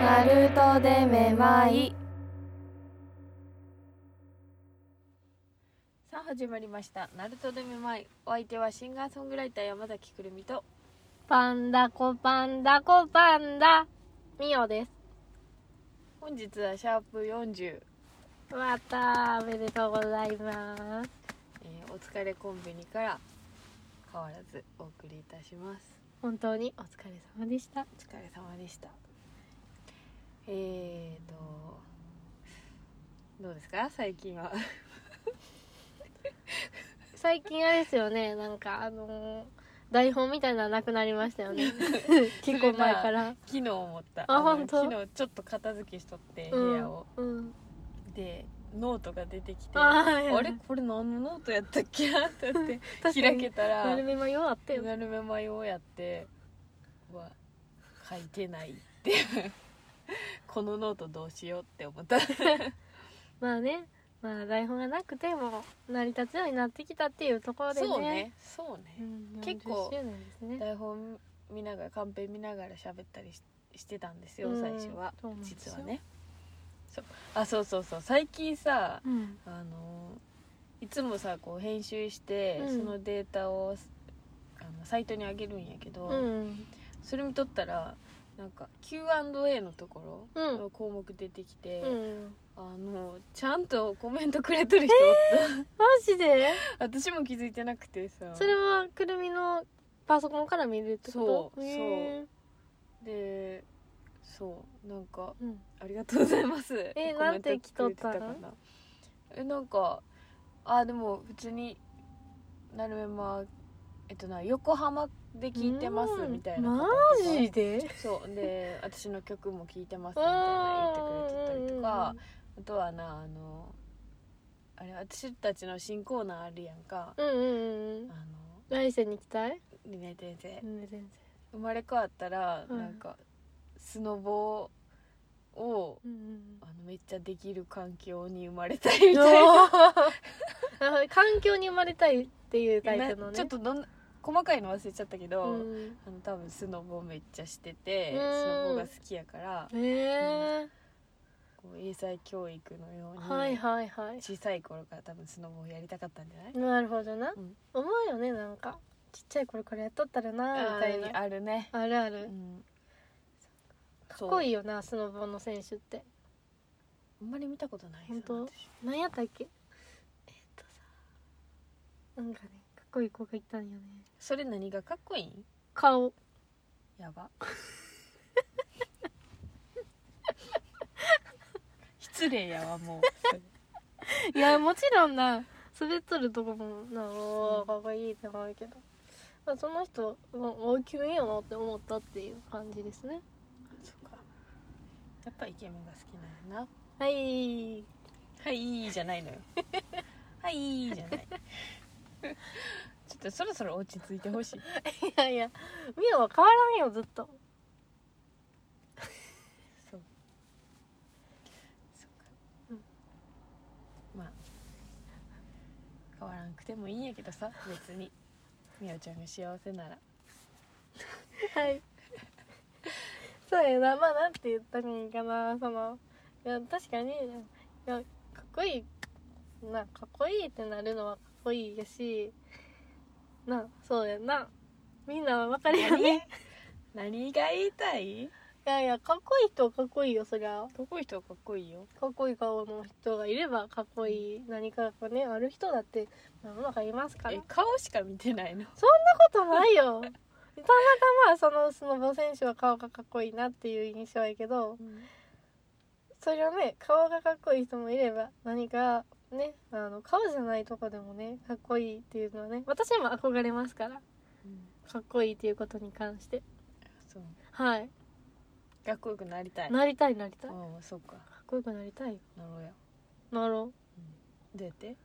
ナルトでめまい。さあ始まりました「ナルトでめまい」お相手はシンガーソングライター山崎くるみとパンダコパンダコパンダ。ミオです。本日はシャープ40、またおめでとうございます。えーお疲れコンビニから変わらずお送りいたします本当にお疲れ様でした。お疲れ様でしたえーとどうですか最近は 最近あれですよね、なんかあのー台本みたいなのなくなりましたよね。 結構前から。昨日思ったあの本当昨日ちょっと片付けしとっ てう部ん屋を、。うん。でノートが出てきてああーれこれ何のノートやったっ けなってなって確かに開けたらなるめまよあったよね。ぬるめまいをやっては書いてないって このノートどうしようって思ったまあね、まあ台本がなくても成り立つようになってきたっていうところでね。そうねそうね、うん。結構40周年ですね。台本見ながらカンペ見ながら喋ったりししてたんですようん最初は、そうなんです実よはねそうあそうそうそう最近さうん。あのいつもさこう編集して、うんそのデータをあのサイトにあげるんやけど、うん。それ見とったらなんか Q&A のとこうろんの項目出てきて、うん。あのちゃんとコメントくれとる人おっマジでた私も気づいてなくてさそれはくるみのパソコンから見るってことそうへーでそうなんかうん。 「ありがとうございます」えコメントなんて来とったくれてかなえなんかあでも普通になるべまえっとな横浜で聴いてますみたいなマ方とかジでそうで私の曲も聴いてますみたいな言ってくれてたりとかあとはなあのあれ私たちの新コーナーあるやんか、うんうんうんうんあの来世に行きたいリネ先生うん全然生まれ変わったら、うんなんかスノボをうんうんあのめっちゃできる環境に生まれたいみうんたい な環境に生まれたいっていうタイプのねちょっとどんな細かいの忘れちゃったけど、うんあの多分スノボめっちゃしてて、うんスノボが好きやからへえこう英才教育のように、はいはいはい小さい頃から多分スノボをやりたかったんじゃない、なるほどなうん思うよねなんかちっちゃい頃これやっとったらなみたいあなあるね、あるあうるん、かっこいいいよなスノボの選手ってあんまり見たことない本当その私何やったっけえっとさなんかねかっこいい子がいたんよねそれ何がかっこいいん顔や ば失礼やわもういやもちろんな滑っとるとこもなおーかっこいいって思うけど、まあ、その人もう急にやなって思ったっていう感じですねそっかやっぱイケメンが好きなんやなはいはいじゃないのよはいじゃないちょっとそろそろ落ち着いてほしいいやいやミオは変わらんよずっとそうそっかうんまあ変わらんくてもいいんやけどさ別にみおちゃんが幸せならはいそうやなまあなんて言ったらいいんかなそのいや確かにいやかっこいいなかっこいいってなるのはかっこいいやしなそうやなみんなは分かるよね何が言いたいいやいやかっこいい人はかっこいいよそりゃかっこいい人はかっこいいよかっこいい顔の人がいればかっこいい何かがねある人だって世の中いますからえ顔しか見てないそのんなことないよたま たまそのスノボ選手は顔がかっこいいなっていう印象やけどそれはね顔がかっこいい人もいれば何かねあの顔じゃないとこでもねかっこいいっていうのはね私も憧れますからうんかっこいいっていうことに関してそうはいかっこよくなりたいなりたいなりたいかうんそうかっこよくなりたいよなろうやなろうどうやって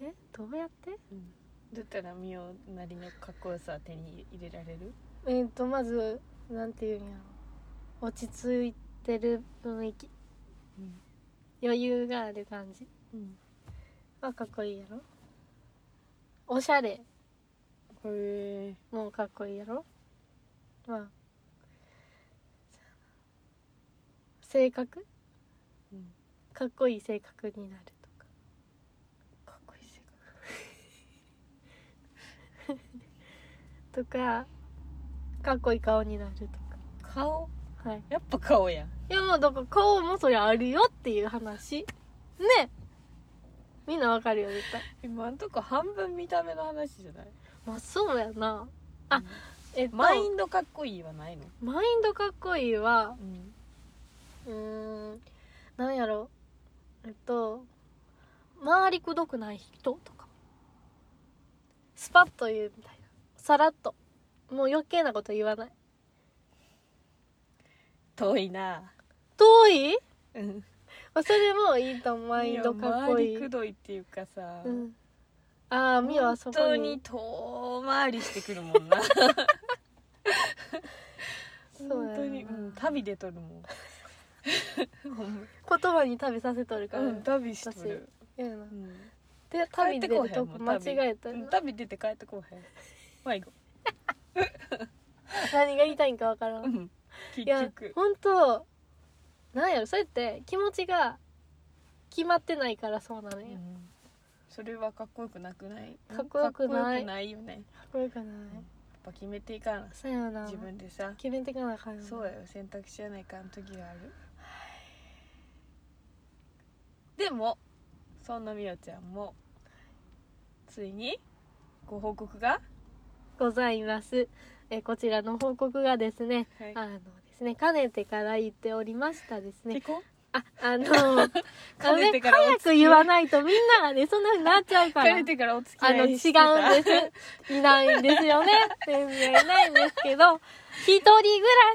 えどうやってどうやったらみおなりのかっこよさ手に入れられるえっ、とまずなんていうんやろ落ち着いてる雰囲気余裕がある感じうんはかっこいいやろおしゃれへえもうかっこいいやろまあ性格、うんかっこいい性格になるとかかっこいい性格 とかかっこいい顔になると顔かはいやっぱ顔やんいやもうだから顔もそりゃあるよっていう話ねみんなわかるよ絶対今んとこ半分見た目の話じゃないまあそうやなあうんえっとマインドかっこいいはないの、マインドかっこいいはうん、うーんなんやろえっと周りくどくない人とかスパッと言うみたいなさらっともう余計なこと言わない遠いな遠いうんあそれもいいと思うマインドかっこいや回りいくどいっていうかさ、うん、ああみはそ本こ当にに遠回りしてくるもんなそうやな本当に、うん、旅でとるもんほん言葉に旅させとるかまら、ううん旅してる、やなうんで旅出るとこ間違えたうらん旅出て帰ってこうへん迷子何が言いたいんかわからんうん結いや局本当なんやろそうやって気持ちが決まってないからそうなのよ、うんそれはかっこよくなくないかっこよくないかっこよくないよねやっかっこよくないぱ決めていかなそうやな自分でさ決めていかなあかんよなそうやよ選択肢やないかん時があるでもそんなみおちゃんもついにご報告が、ございますえこちらの報告がですねはいあのですねかねてから言っておりましたですね結婚ああの かねてからあのね早く言わないとみんながねそんなになっちゃうか かられてからお付きあの、違合うんいでして たす。いないんですよね。全然いないんですけど、一人暮ら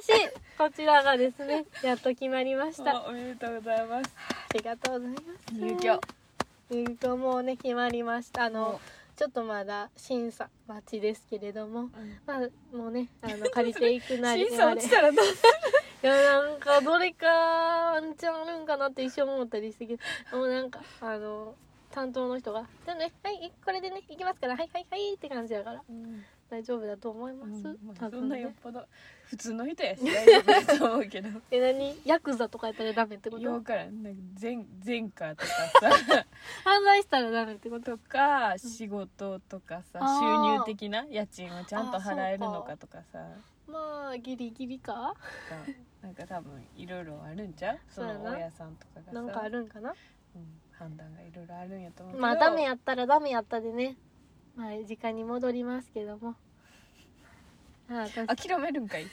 し、こちらがです ね、やっと決まりました。あおおめでとうございますりがとうございます。入居入居もね、決まりました。あのも、ちょっとまだ審査待ちですけれども、ううんまあ、もうね、あ の、借りていくなり、審査落ちたらどうす いやなんかどれかワンチャンあるんかなって一生思ったりしてけどもうなんかあの担当の人が「じゃあねはいこれでね行きますからはいはいはい」って感じだからる、大丈夫だと思います、うんまあ多そ分んなよねっぽど普通の人やし大丈夫だと思うけどえ何ヤクザとかやったらダメってこようとからんなんか前前科 とかさ犯罪したらダメってこととか仕事とかさあ収ー入的な家賃をちゃんと払えるのかとかさまあギリギリかなんかなんか多分いろいろあるんちゃうそそうやなの親さんとかがさなんかあるんかなうん判断がいろいろあるんやと思うけどまあダメやったらダメやったでねまあ時間に戻りますけどもあ私諦めるんかい、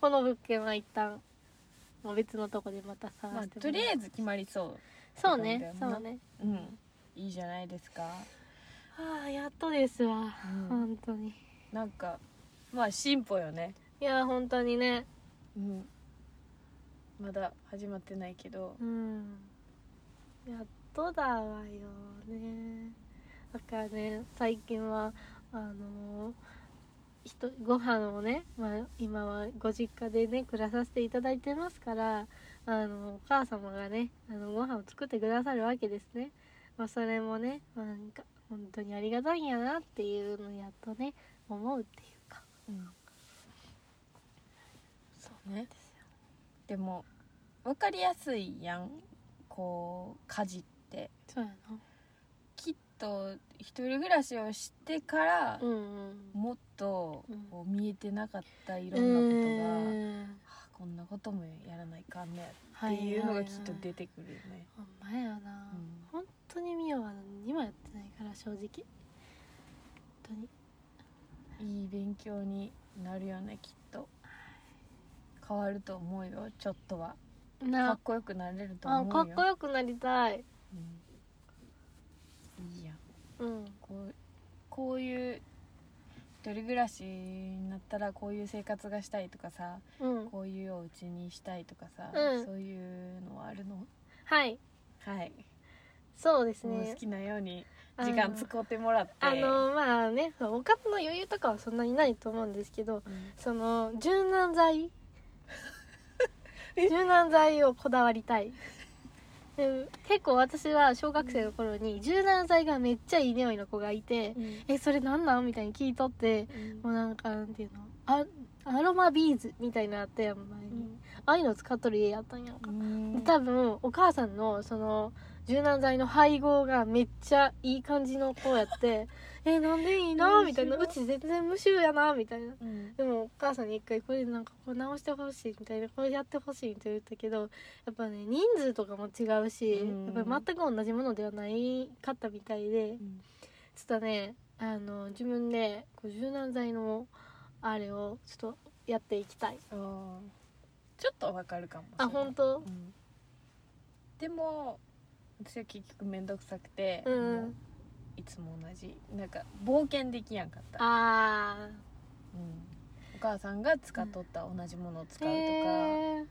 この物件は一旦もう別のとこでまた探してもまらあう、、とりあえず決まりそそうねって感じだよなそうねううんいいじゃないですか、ああやっとですわうん本当になんかまあ進歩よねいや本当にねうんまだ始まってないけどうんやっとだわよねだからね最近はあのーひとご飯をね、まあ、今はご実家でね暮らさせていただいてますからあのお母様がねあのご飯を作ってくださるわけですね、まあ、それもね、まあ、なんか本当にありがたいんやなっていうのをやっとね思うっていうかうんそうねでも分かりやすいやんこう家事ってそうやなきっと一人暮らしをしてから、うんうんもっとうんこう見えてなかったいいろんなことが、あこんなこともやらないかんねはっいていうのがきっとはいはい出てくるよね、ほんまやな、ん本当にミオは何もやってないから正直本当にいい勉強になるよねきっと変わると思うよちょっとはかっなこよくなれると思あうよかっこよくなりたいうんいいやんうんこうこういう一人暮らしになったらこういう生活がしたいとかさうんこういうお家にしたいとかさ、うんそういうのはあるのはいはい、そうですもうね好きなようにあ時の間使ってもらってあのまあねおかずの余裕とかはそんなにないと思うんですけどうんその柔 軟剤え柔軟剤をこだわりたいで結構私は小学生の頃に柔軟剤がめっちゃいい匂いの子がいて「えそれなんなん?」みたいに聞いとってもうなんかなんていうのあアロマビーズみたいなのあったやん前に、ああいうの使っとる家やったんやんか、多分お母さんのその柔軟剤の配合がめっちゃいい感じの子やって 「えなんでいいな」みたいな「面うち全然無臭やな」みたいなうんでもお母さんに一回これなんかこう直してほしいみたいなこれやってほしいって言ったけどやっぱね人数とかも違うし、うんやっぱり全く同じものではないかったみたいでちょっとねあの自分でこう柔軟剤のあれをちょっとやっていきたいあーちょっとわかるかもしれなあい本当うんでも私は結局面倒くさくて、うんもいつも同じなんか冒険できやんかった、あうんお母さんが使っとった同じものをー使うとか、へー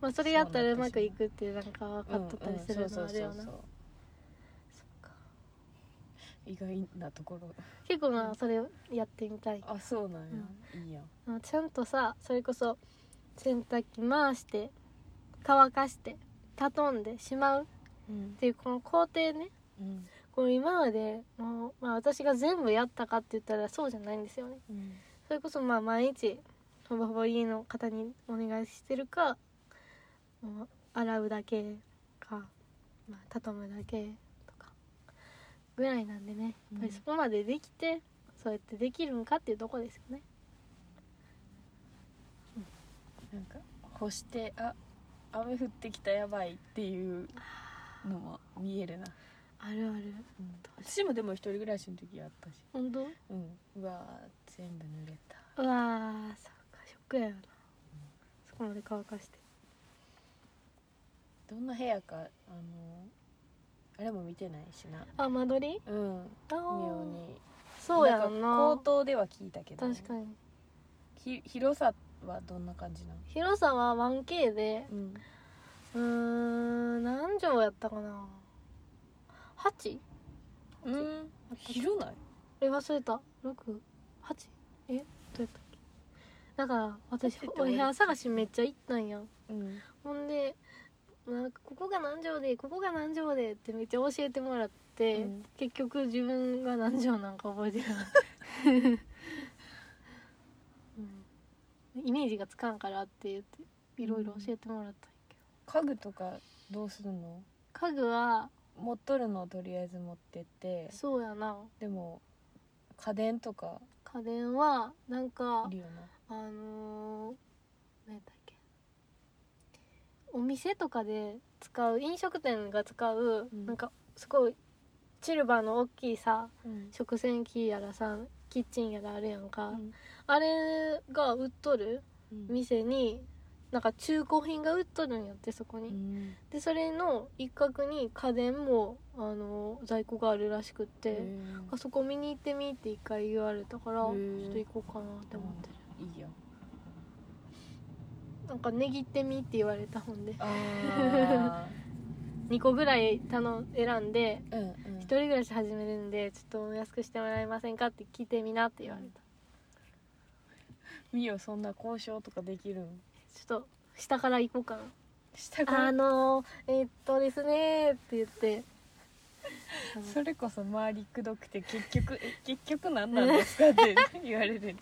まあそれやったらうまくいくってなんか分かっとったりするのあるよな意外なところ結構まあそれやってみたいあそうなんや、いいやんあちゃんとさそれこそ洗濯機回して乾かして畳んでしまうっうんていうこの工程ねうんこの今までもう、まあ、私が全部やったかって言ったらそうじゃないんですよねうんそれこそまあ毎日ほぼほぼ家の方にお願いしてるかもう洗うだけか、まあ、畳むだけとかぐらいなんでねやっぱりそこまでできて、そうやってできるんかっていうとこですよねなんか干してあ雨降ってきたやばいっていうのも見えるな、あるある私もでも一人暮らしの時あったし本当うんうわー全部濡れたうわーそっかショックやよなそこまで乾かしてどんな部屋かあのあれも見てないしなあ間取りうんあー妙にそうやろんかな口頭では聞いたけどね、確かにひ広さはどんな感じなの広さは 1K でうんうーん何畳やったかな 8? うん広ないえ忘れた 68? えどうやったっけだから私だってお俺部屋探しめっちゃ行ったんやうんほんでなんかここが何畳でここが何畳でってめっちゃ教えてもらって、うん結局自分が何畳なんか覚えてない、 うん、イメージがつかんからって言っていろいろ教えてもらったんやけど家具とかどうするの家具は持っとるのをとりあえず持ってってそうやなでも家電とか家電はなんかいるよなあのー、何やったっけお店とかで使う飲食店が使う、うんなんかすごいチルバーの大きいさうん食洗機やらさキッチンやらあるやんか、うんあれが売っとるうん店になんか中古品が売っとるんやってそこに、うんでそれの一角に家電も、あのー在庫があるらしくって、へーあそこ見に行ってみって一回言われたからちへょーっと行こうかなって思ってる、いいよなんか値切ってみって言われた本で あ 2個ぐらい頼ん選んでーうんうん一人暮らし始めるんでちょっとお安くしてもらえませんかって聞いてみなって言われたみよそんな交渉とかできるんちょっと下から行こうかなしたあらのー、えっとですねーって言ってあのそれこそ周りくどくて結局え結局何なんですかって 言われるじ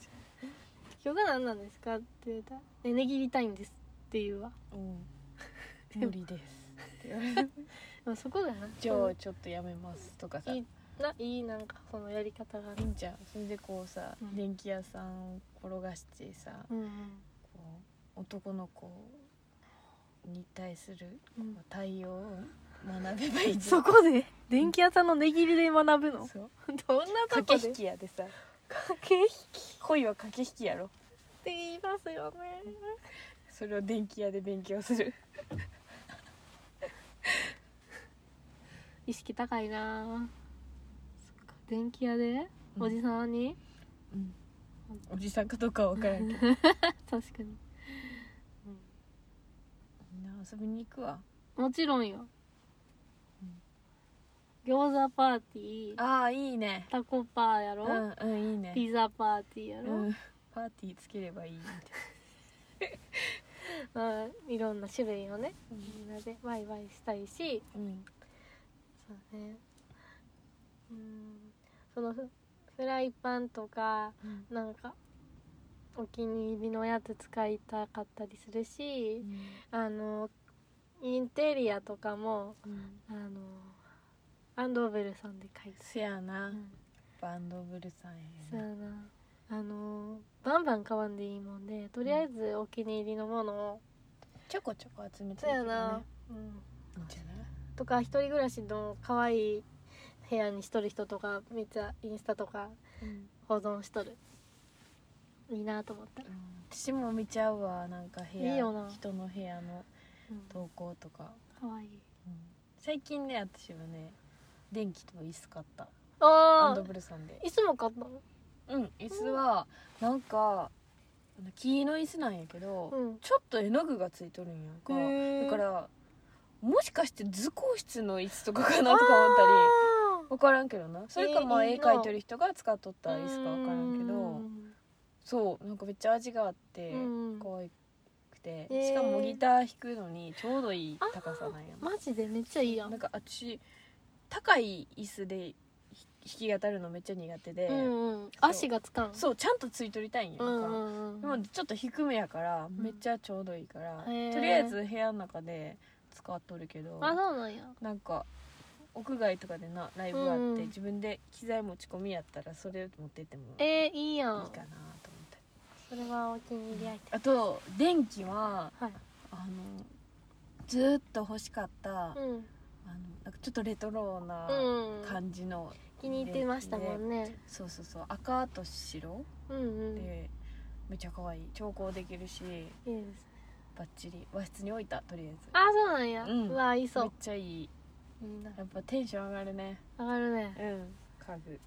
「今日が何なんですか?」って言ったら「え値切りたいんです」って言うわゃん、うん、無理ですって言われるでもそこがなじゃあちょっとやめますとかさいいないいなんかそのやり方がいいねんじゃんそれでこうさ、うん電気屋さんを転がしてさうんうんこう男の子に対するうんこう対応を学べばいいじ ゃそんこで電気屋さんの値切りで学ぶのそう どんなとこで駆け引きやでさ駆け引きっ恋は駆け引きやろて言いますよねそれを電気屋で勉強する意識高いなぁそっか電気屋でおじさんに、 うんおじさんかどうかは分からんけど確かに、みんな遊びに行くわもちろんよ、うん餃子パーティーああいいねタコパーやうろ、んうんいいねピザパーティーやうろ、んパーティーつければいいみたいまあ、いろんな種類をねうんみんなでワイワイしたいしうんそうねうんそのフフライパンとかうんなんかお気に入りのやつ使いたかったりするしあのインテリアとかもうんあのアンドーベルさんで書いてせやな、た、うん、バンドブルさんそうややななあのバンバン買わんでいいもんでとりあえずお気に入りのものを、ちょこちょこ集めてそうやな、うん、いいんじゃないとか一人暮らしの可愛い部屋にしとる人とかめっちゃインスタとかうん保存しとるいいなと思ったら、私も見ちゃうわなんか部屋いいよな人の部屋のうん、投稿とか、かわいい最近ね私はね電気と椅子買ったアンあドあブルさんでいつも買ったのうん椅子はなんかあの木の椅子なんやけど、うんちょっと絵の具がついとるんやんか、へーだからもしかして図工室の椅子とかかなとか思ったり分からんけどなそれかまあえーい絵いな描いてる人が使っとったあー椅子か分からんけどそうなんかめっちゃ味があってうん可愛くてえーしかもギター弾くのにちょうどいい高さなんやマジでめっちゃいいやんなんか私高い椅子でひ弾き語るのめっちゃ苦手でうんうん、足がつかんそうちゃんとついとりたいんやんうかんうんでうもんちょっと低めやからんめっちゃちょうどいいからへーとりあえず部屋の中で使っとるけどあそうなんやなんか屋外とかでなライブあって、うん自分で機材持ち込みやったらそれ持ってってもいいえー、いいやかなんと思ったりそれはお気に入りアイテあと電気はムはいあのずーっと欲しかった、あのうんなんかちょっとレトロなうん感じの、気に入ってましたもんねそうそうそう赤と白うんうんで、めっちゃ可愛い調光できるしいいですバッチリ和室に置いたとりああそうなんや、ううんわ合いえずそめっうちゃいいいいなやっぱテンション上がるね上がるねうん家具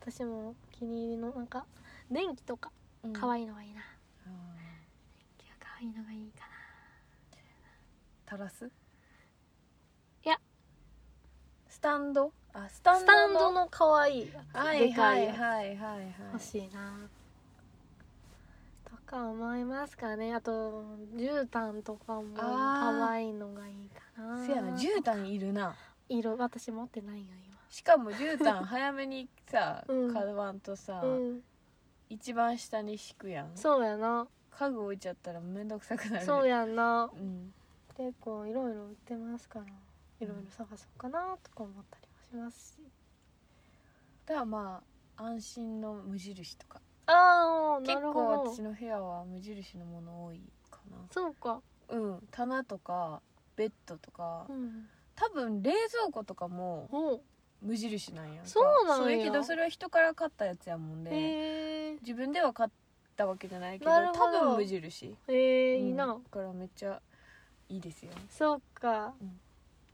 私もお気に入りのなんか電気とか可い愛いのがいいな、あ電気が可愛いのがいいかなー垂らすいやスタンドあスタンスドタンドの可愛いやつはいでかはいいやつはいはいはい欲しいなとか思いますかねあと絨毯とかもあー可愛いのがいいかなせやな絨毯いるな色私持ってないよしかも絨毯早めにさうん買わんとさ、今うん一番下に敷くやんそうやな家具置いちゃったらめんどくさくなるそうややんなうん結構いろいろ売ってますからいろいろ探そうかなとか思ったりもしますしだからまあ安心の無印とかああ結なる構ほど私の部屋は無印のもの多いかそうかなうん棚とかベッドとか、うん多分冷蔵庫とかもおう無印なんやんかそうなんやそうやけどそれは人から買ったやつやもんで、へえ自分では買ったわけじゃないけどなるほど多分無印へえうんいいなだからめっちゃいいですよそうかうん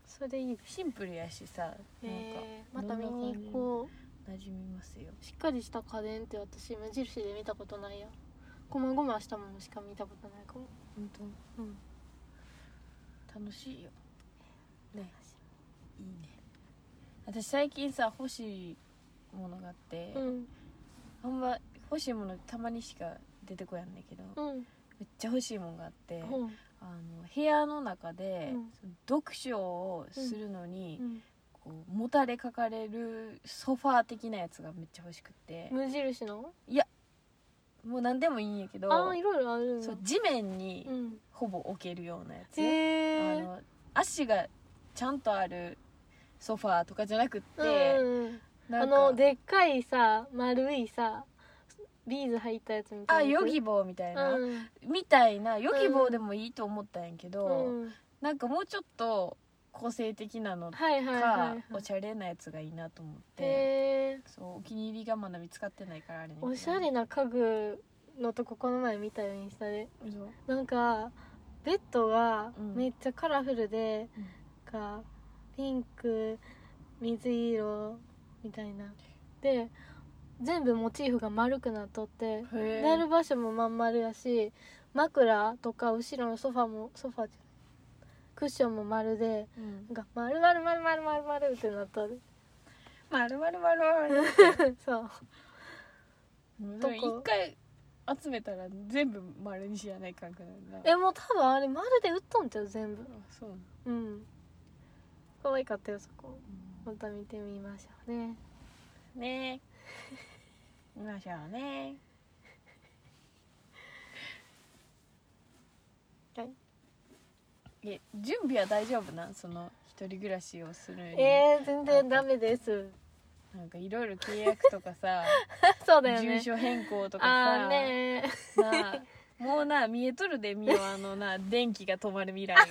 それいいシンプルやしさなんかへえまた見に行こう馴染みますよしっかりした家電って私無印で見たことないやこまごましたものしか見たことないかも本うん当楽しいよねいいね私最近さ欲しいものがあって、うんあんま欲しいものたまにしか出てこやんねんけど、うんめっちゃ欲しいもんがあって、うんあの部屋の中で、うんその読書をするのに、うんこうもたれかかれるソファー的なやつがめっちゃ欲しくって、無印のもう何でもいいんやけどああいろいろあるんそだう地面にうんほぼ置けるようなやつ、へあえの足がちゃんとあるソファーとかじゃなくって、うんうんうんなあんかのでっかいさ丸いさビーズ入ったやつみたあいなヨギボーみたいな、うんみたいなヨギボーでもいいと思ったんやけど、うんなんかもうちょっと個性的なのか、はいはいはいはいおしゃれなやつがいいなと思って。へえそうお気に入りがまだ見つかってないからあれねおしゃれな家具のとここの前見たよインスタでそうなんかベッドがうんめっちゃカラフルで、なんかピンク水色みたいなで全部モチーフが丸くなっとってへえなる場所もまん丸やし枕とか後ろのソファもソファじゃないクッションも丸でうんなんか丸丸丸丸丸丸ってなっとる まるまるまるまるそううんどこ一回集めたら全部丸にしやないかんくなるなえもう多分あれ丸で打っとんちゃう全部あそうなのうん可愛かったよそこまた見てみましょうねねえ見ましょうねはいえ準備は大丈夫なんその一人暮らしをするに、えー、全然ダメです なんかいろいろ契約とかさ、そう だよね住所変更とかあさあねーなあもうな見えとるでみよあ のな電気が止まる未来が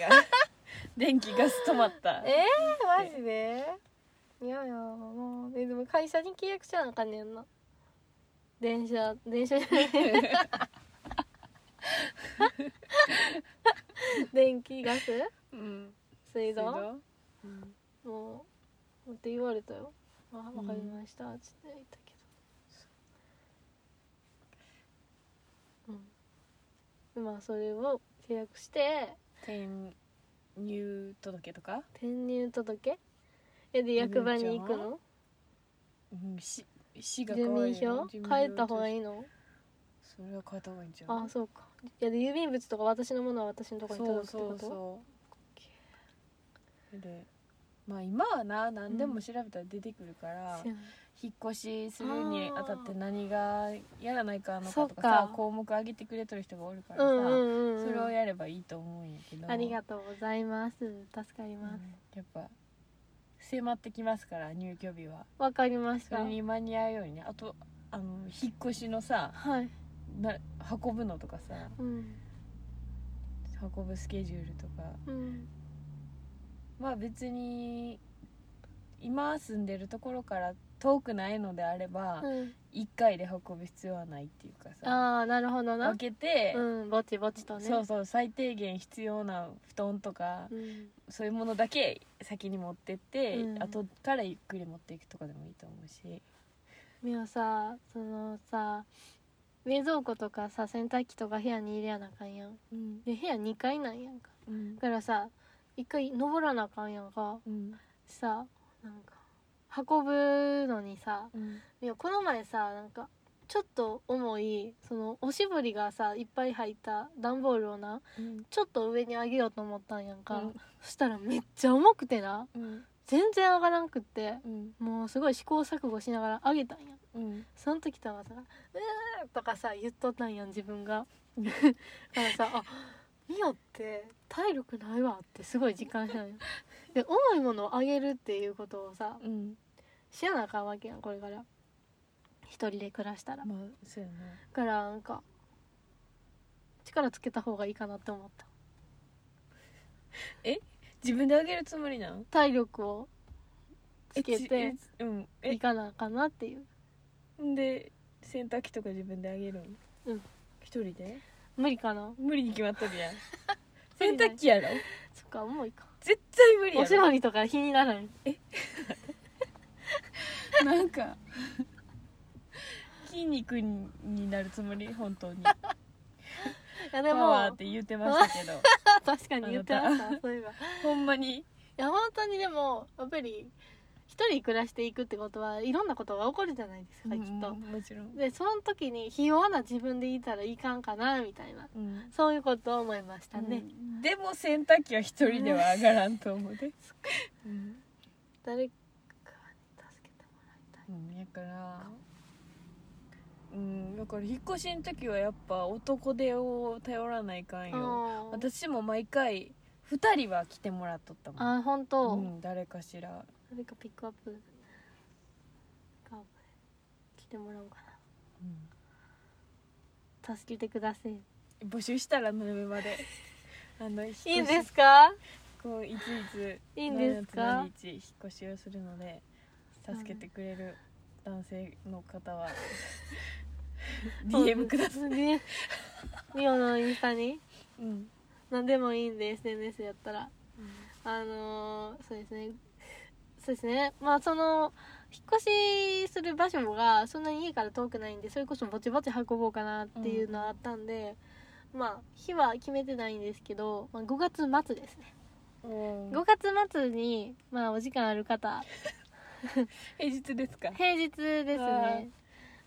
電気ガス止まったえー、マジでいやいやもうえでも会社に契約しなあかんねんな電車電車じゃない電気ガスうん水水道道うんもうって言われたよあわかりました、つって言ったけどうんまあそれを契約して転入届とか、転入届えで役場に行くのうん、し市が住民票変帰った方がいいいのそれは変えた方がいいんじゃあんそうかいやで郵便物とか私のものは私のとこにそ届うくってこそうとそうでまあ今はな何でも調べたら出てくるから、せや引っ越しするにあたって何がやらないかのそかっとかかさ項目上げてくれとる人がおるからうさ、んうんうんそれをやればいいと思うんやけどありがとうございます助かりうんますやっぱ迫ってきますから入居日はわ、かりましそたれに間に合うようにねあとあの引っ越しのさはいな運ぶのとかさうん運ぶスケジュールとかうんまあ別に今住んでるところから遠くないのであれば、うん一1回で運ぶ必要はないっていうかさああなるほどな分けて、うんぼちぼちとねそうそう最低限必要な布団とか、うんそういうものだけ先に持ってって、うん後からゆっくり持っていくとかでもいいと思うしみおさそのさ冷蔵庫とかさ洗濯機とか部屋に入れやなあかんやんうんで部屋2階なんやんかうんだからさ一回登らなあかんやんかうんさなんか運ぶのにさうんいやこの前さなんかちょっと重いそのおしぼりがさいっぱい入った段ボールをなうんちょっと上に上げようと思ったんやんか、うんそしたらめっちゃ重くてなうん全然上がらんくってうんもうすごい試行錯誤しながら上げたんやうんその時たまさ「うー」とかさ言っとったんやん自分がだからさ「あミオって体力ないわ」ってすごい実感したんやで重いものを上げるっていうことをさうんしやなあかんわけやんこれから一人で暮らしたらまあそうやなだからなんか力つけた方がいいかなって思った自分であげるつもりなん体力をつけえてちえうんいえかなあかなっていうで洗濯機とか自分であげるんうん一人で無理かな無理に決まっとるやん無 理洗ない濯機やろそっか重いか絶対無理おやしろぼりとか気にならんなんか筋肉になるつもり本当にいやでパワーもって言ってましたけど確かに言ってましたそういえば ほんまにいや本当にでもやっぱり一人暮らしていくってことはいろんなことが起こるじゃないですか、きっうとんもちろん、でその時にひ弱な自分でいたらいかんかなみたいなうんそういうことを思いましたね、うんでも洗濯機は一人では上がらんと思うで、うん誰かに助けてもらいたいうん、やからうんだから引っ越しの時はやっぱ男手を頼らないかんよあー私も毎回2人は来てもらっとったもんあー本当、うん、誰かしら誰かピックアップピックアップ来てもらおうかな助けてください募集したらのメ まであの引っ越しいいんですかこういついついいんですか何月何日引っ越しをするので助けてくれる男性の 方は DM ください、いね ミオのインスタにうん何でもいいんで SNS やったらあのーそうですねそうですねまあその引っ越しする場所がそんなに家から遠くないんでそれこそぼちぼち運ぼうかなっていうのはあったんで、まあ日は決めてないんですけど、まあ、5月末ですねうん5月末に、まあ、お時間ある方平日ですか平日ですはいね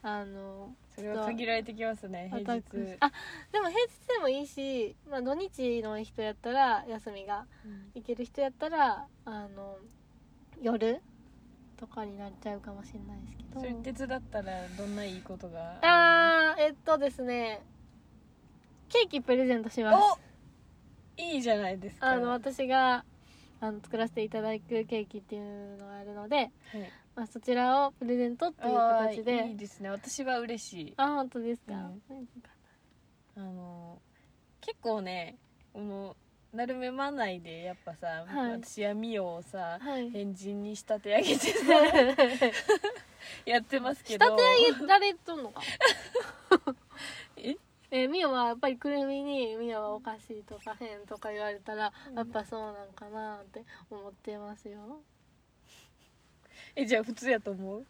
あのそれは限られてきますねアタ平ッ日クしあでも平日でもいいし、まあ、土日の人やったら休みがうん行ける人やったらあの夜とかになっちゃうかもしれないですけどそれ手伝ったらどんないいことがあーえっとですねケーキプレゼントしますおいいじゃないですかあの私があの作らせていただくケーキっていうのがあるので、はいまあ、そちらをプレゼントっていうあ形ーいでいですね私は嬉しいあ本当ですか、うんうんあの結構ねこのなるめまないでやっぱさ、はい私やみよをさはい変人に仕立て上 げてさやってます仕け立てど上げられとんのかええー、みよはやっぱりくるみに「みよはおかしい」とか「変」とか言われたらやっぱそうなんかなって思ってますよえじゃあ普通やと思う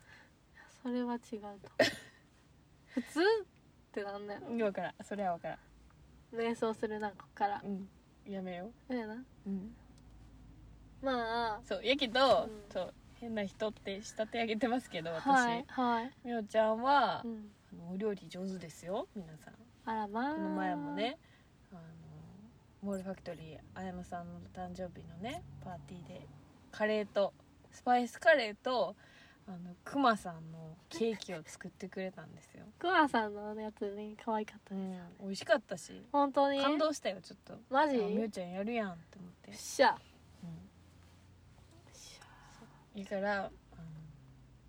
それは違うと普通ってなんだよ今からんそれは分からん瞑想するなこっからうんやめよそうやなう、うん、まあそうやけど、うんそう変な人って仕立て上げてますけど私、はいはい、みよちゃんは、うん、あのお料理上手ですよ皆さんあらまあこの前もねあのモールファクトリーあやまさんの誕生日のねパーティーでカレーとスパイスカレーとあのくまさんのケーキを作ってくれたんですよ、くまさんのやつね可愛かったですよね、美味しかったし本当に感動したよちょっとマあジみよおちゃんやるやんって思ってっ、しゃよっしうん、いいからあの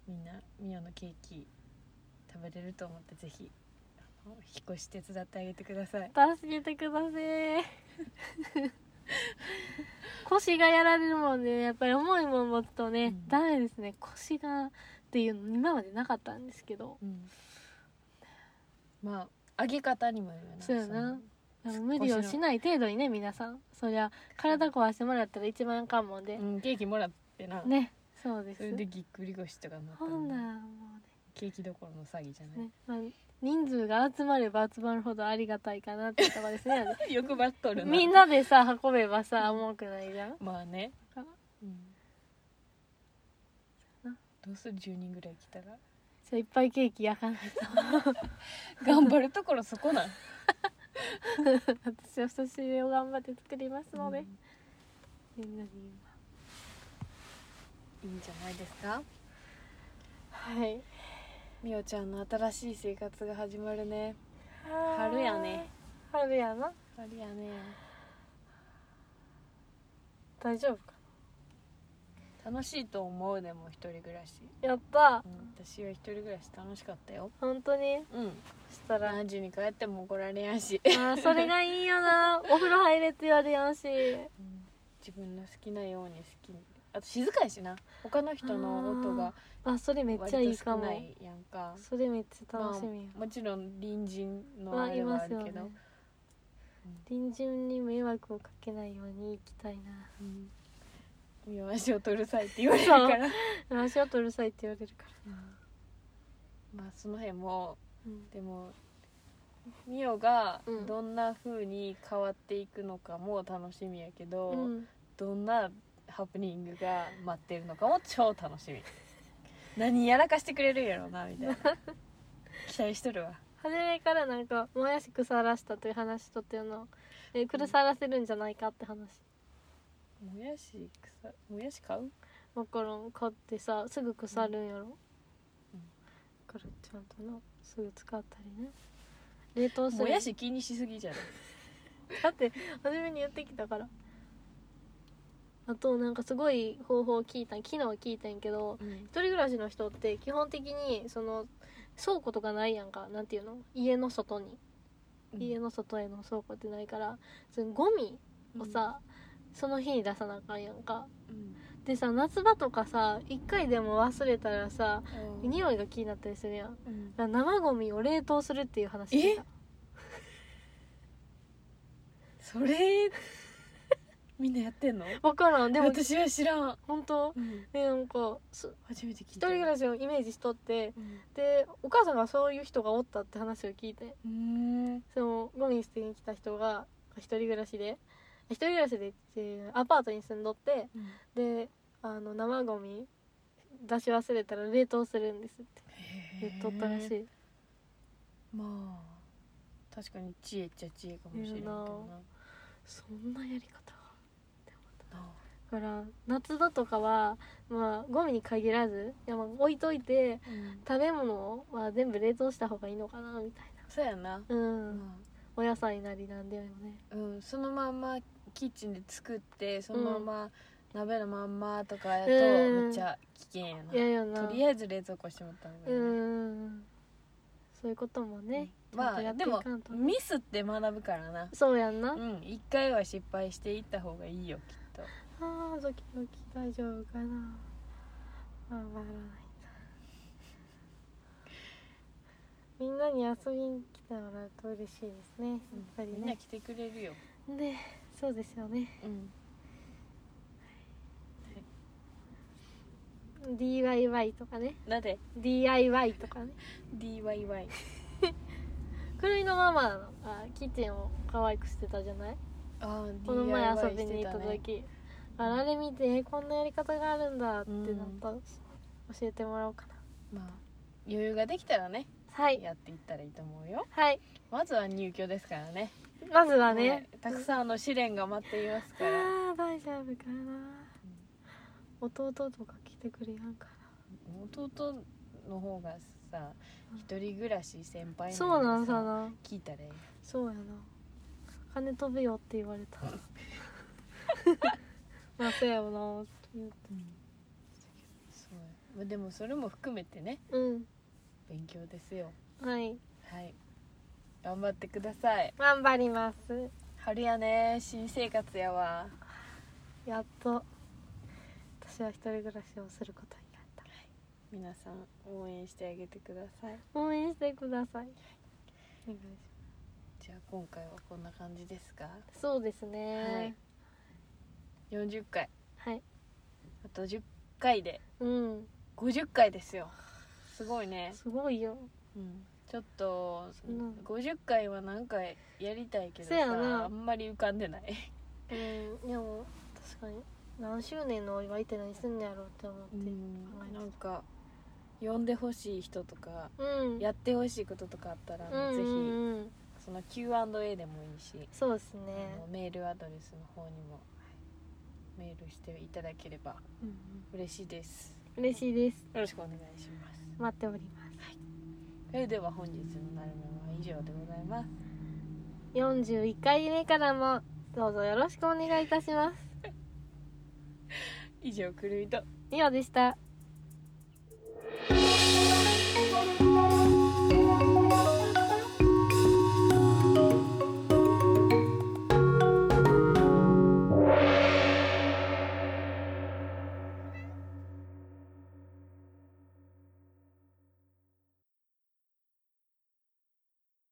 みんなみおのケーキ食べれると思ってぜひあの引っ越し手伝ってあげてくださいゃ助けてくださ い腰がやられるもんで、ね、やっぱり重いもん持つとね、うんダメですね腰がっていうの今までなかったんですけどうんまあ揚げ方にもよるよなそうやなのでも無理をしない程度にね皆さんそりゃ体壊してもらったら一番あかんもんでう、ん、ケーキもらってな、ねそうですそれでぎっくり腰とかなったほんなららもうねケーキどころの詐欺じゃない、ねまあ、人数が集まれば集まるほどありがたいかなってとこです ね欲張っとるなみんなでさ運べばさ重くないじゃんまあね、だからうんそうやなどうする10人ぐらい来たらじゃあいっぱいケーキ焼かないと 頑張るところそこなん私は久しぶりを頑張って作りますので、みんなに言いますいいんじゃないですかはいみおちゃんの新しい生活が始まるね春やね春やな春やね大丈夫か楽しいと思うでも一人暮らし、やったうん、私は一人暮らし楽しかったよ本当にうんそしたら何時に帰っても怒られやんし、あーそれがいいよな お風呂入れって言われやんし自分の好きなように好きにあと静かいしな他の人の音があそれめっちゃい割いとか少もないやんかそれめっちゃ楽しみや、まあもちろん隣人のまああ、いれはまあすよるねけど、隣人に迷惑をかけないように行きたいうん見回しを取る際って言われるから、な足を取る際って言われるから、 まあその辺もうんでもミオがうんどんな風に変わっていくのかも楽しみやけど、うんどんなハプニングが待ってるのかも超楽しみ何やらかしてくれるんやろうなみたいな期待しとるわ初めからなんかもやし腐らしたという話とっていうのえ腐らせるんじゃないかって話もやし草もやし買うマカロン買ってさすぐ腐るんやろ、うんだからちゃんとなすぐ使ったりね冷凍するもやし気にしすぎじゃないだって初めに言ってきたからあとなんかすごい方法聞いたん昨日聞いたんやけど、一人暮らしの人って基本的にその倉庫とかないやんかなんていうの家の外に、うん家の外への倉庫ってないからそのゴミをさ、その日に出さなあかんやんかうんでさ夏場とかさ一回でも忘れたらさうん匂いが気になったりするやんだかうんら生ゴミを冷凍するっていう話してたそれみんなやってんの分からんでも私は知らん、本当でなんかそ初めて聞一い人た暮らしをイメージしとってでお母さんがそういう人がおったって話を聞いてうんうんそのゴミ捨てに来た人が一人暮らしで一人暮らしでっていうアパートに住んどってであの生ゴミ出し忘れたら冷凍するんですって言っとったらしい、まあ確かに知恵っちゃ知恵かもしれんけどな言うそんなやり方がなあだから夏場とかはまあゴミに限らずいやまあ置いといて食べ物は全部冷凍した方がいいのかなみたいそうやな、なうん、まお野菜なりなんでもねあうん、そのまんまキッチンで作ってそのまんま鍋のまんまとかやとうんめっちゃ危険やいやな、いやなとりあえず冷蔵庫してもらった方がいいね、うんそういうこともね、まちゃあんとでやっもていかんとねミスって学ぶからなそうやんな、うあん一回は失敗していった方がいいよきっとあドキドキ大丈夫かな頑張らないとみんなに遊びに来てもらうと嬉しいですねやっぱりみんなね、来てくれるよでそうですよねうん、 DIY とかねだって DIY とかね DIY 狂いのママがキッチンを可愛くしてたじゃないああこの前遊び DIY に行ったして時ああれ見てえこんなやり方があるんだってなった、教えてもらおうかなまあ余裕ができたらねはいやっていったらいいと思うよはいまずは入居ですからねまずはねたくさんの試練が待っていますあからー大丈夫かな、弟とか来てくれやんか弟の方がさ一人暮らし先輩なそうなんでさな聞いたらええそうやな金飛ぶよって言われた まあそうやろなそうまあでもそれも含めてねうん勉強ですよはいはい頑張ってください頑張ります春やね新生活やわやっと私は一人暮らしをすることになった皆さん応援してあげてください応援してください。お願いしじゃあ今回はこんな感じですかます。そうですね。 40回はい。あと10回でうん。 50回ですよすごいね、すごいよ。うん、ちょっと、うん50回は何かやりたいけどせやなさあんまり浮かんでないうん。でも確かに何周年のお祝いって何すんのやろうって思って。うんなんか呼んでほしい人とかうん。やってほしいこととかあったら、うんぜうひんうんその Q&A でもいいし、そうですね。あのメールアドレスの方にもはいメールしていただければ嬉しいです嬉しいです。よろしくお願いします待っております。それでは本日のなるまは以上でございます41回目からもどうぞよろしくお願いいたします。以上くるみとリオでした。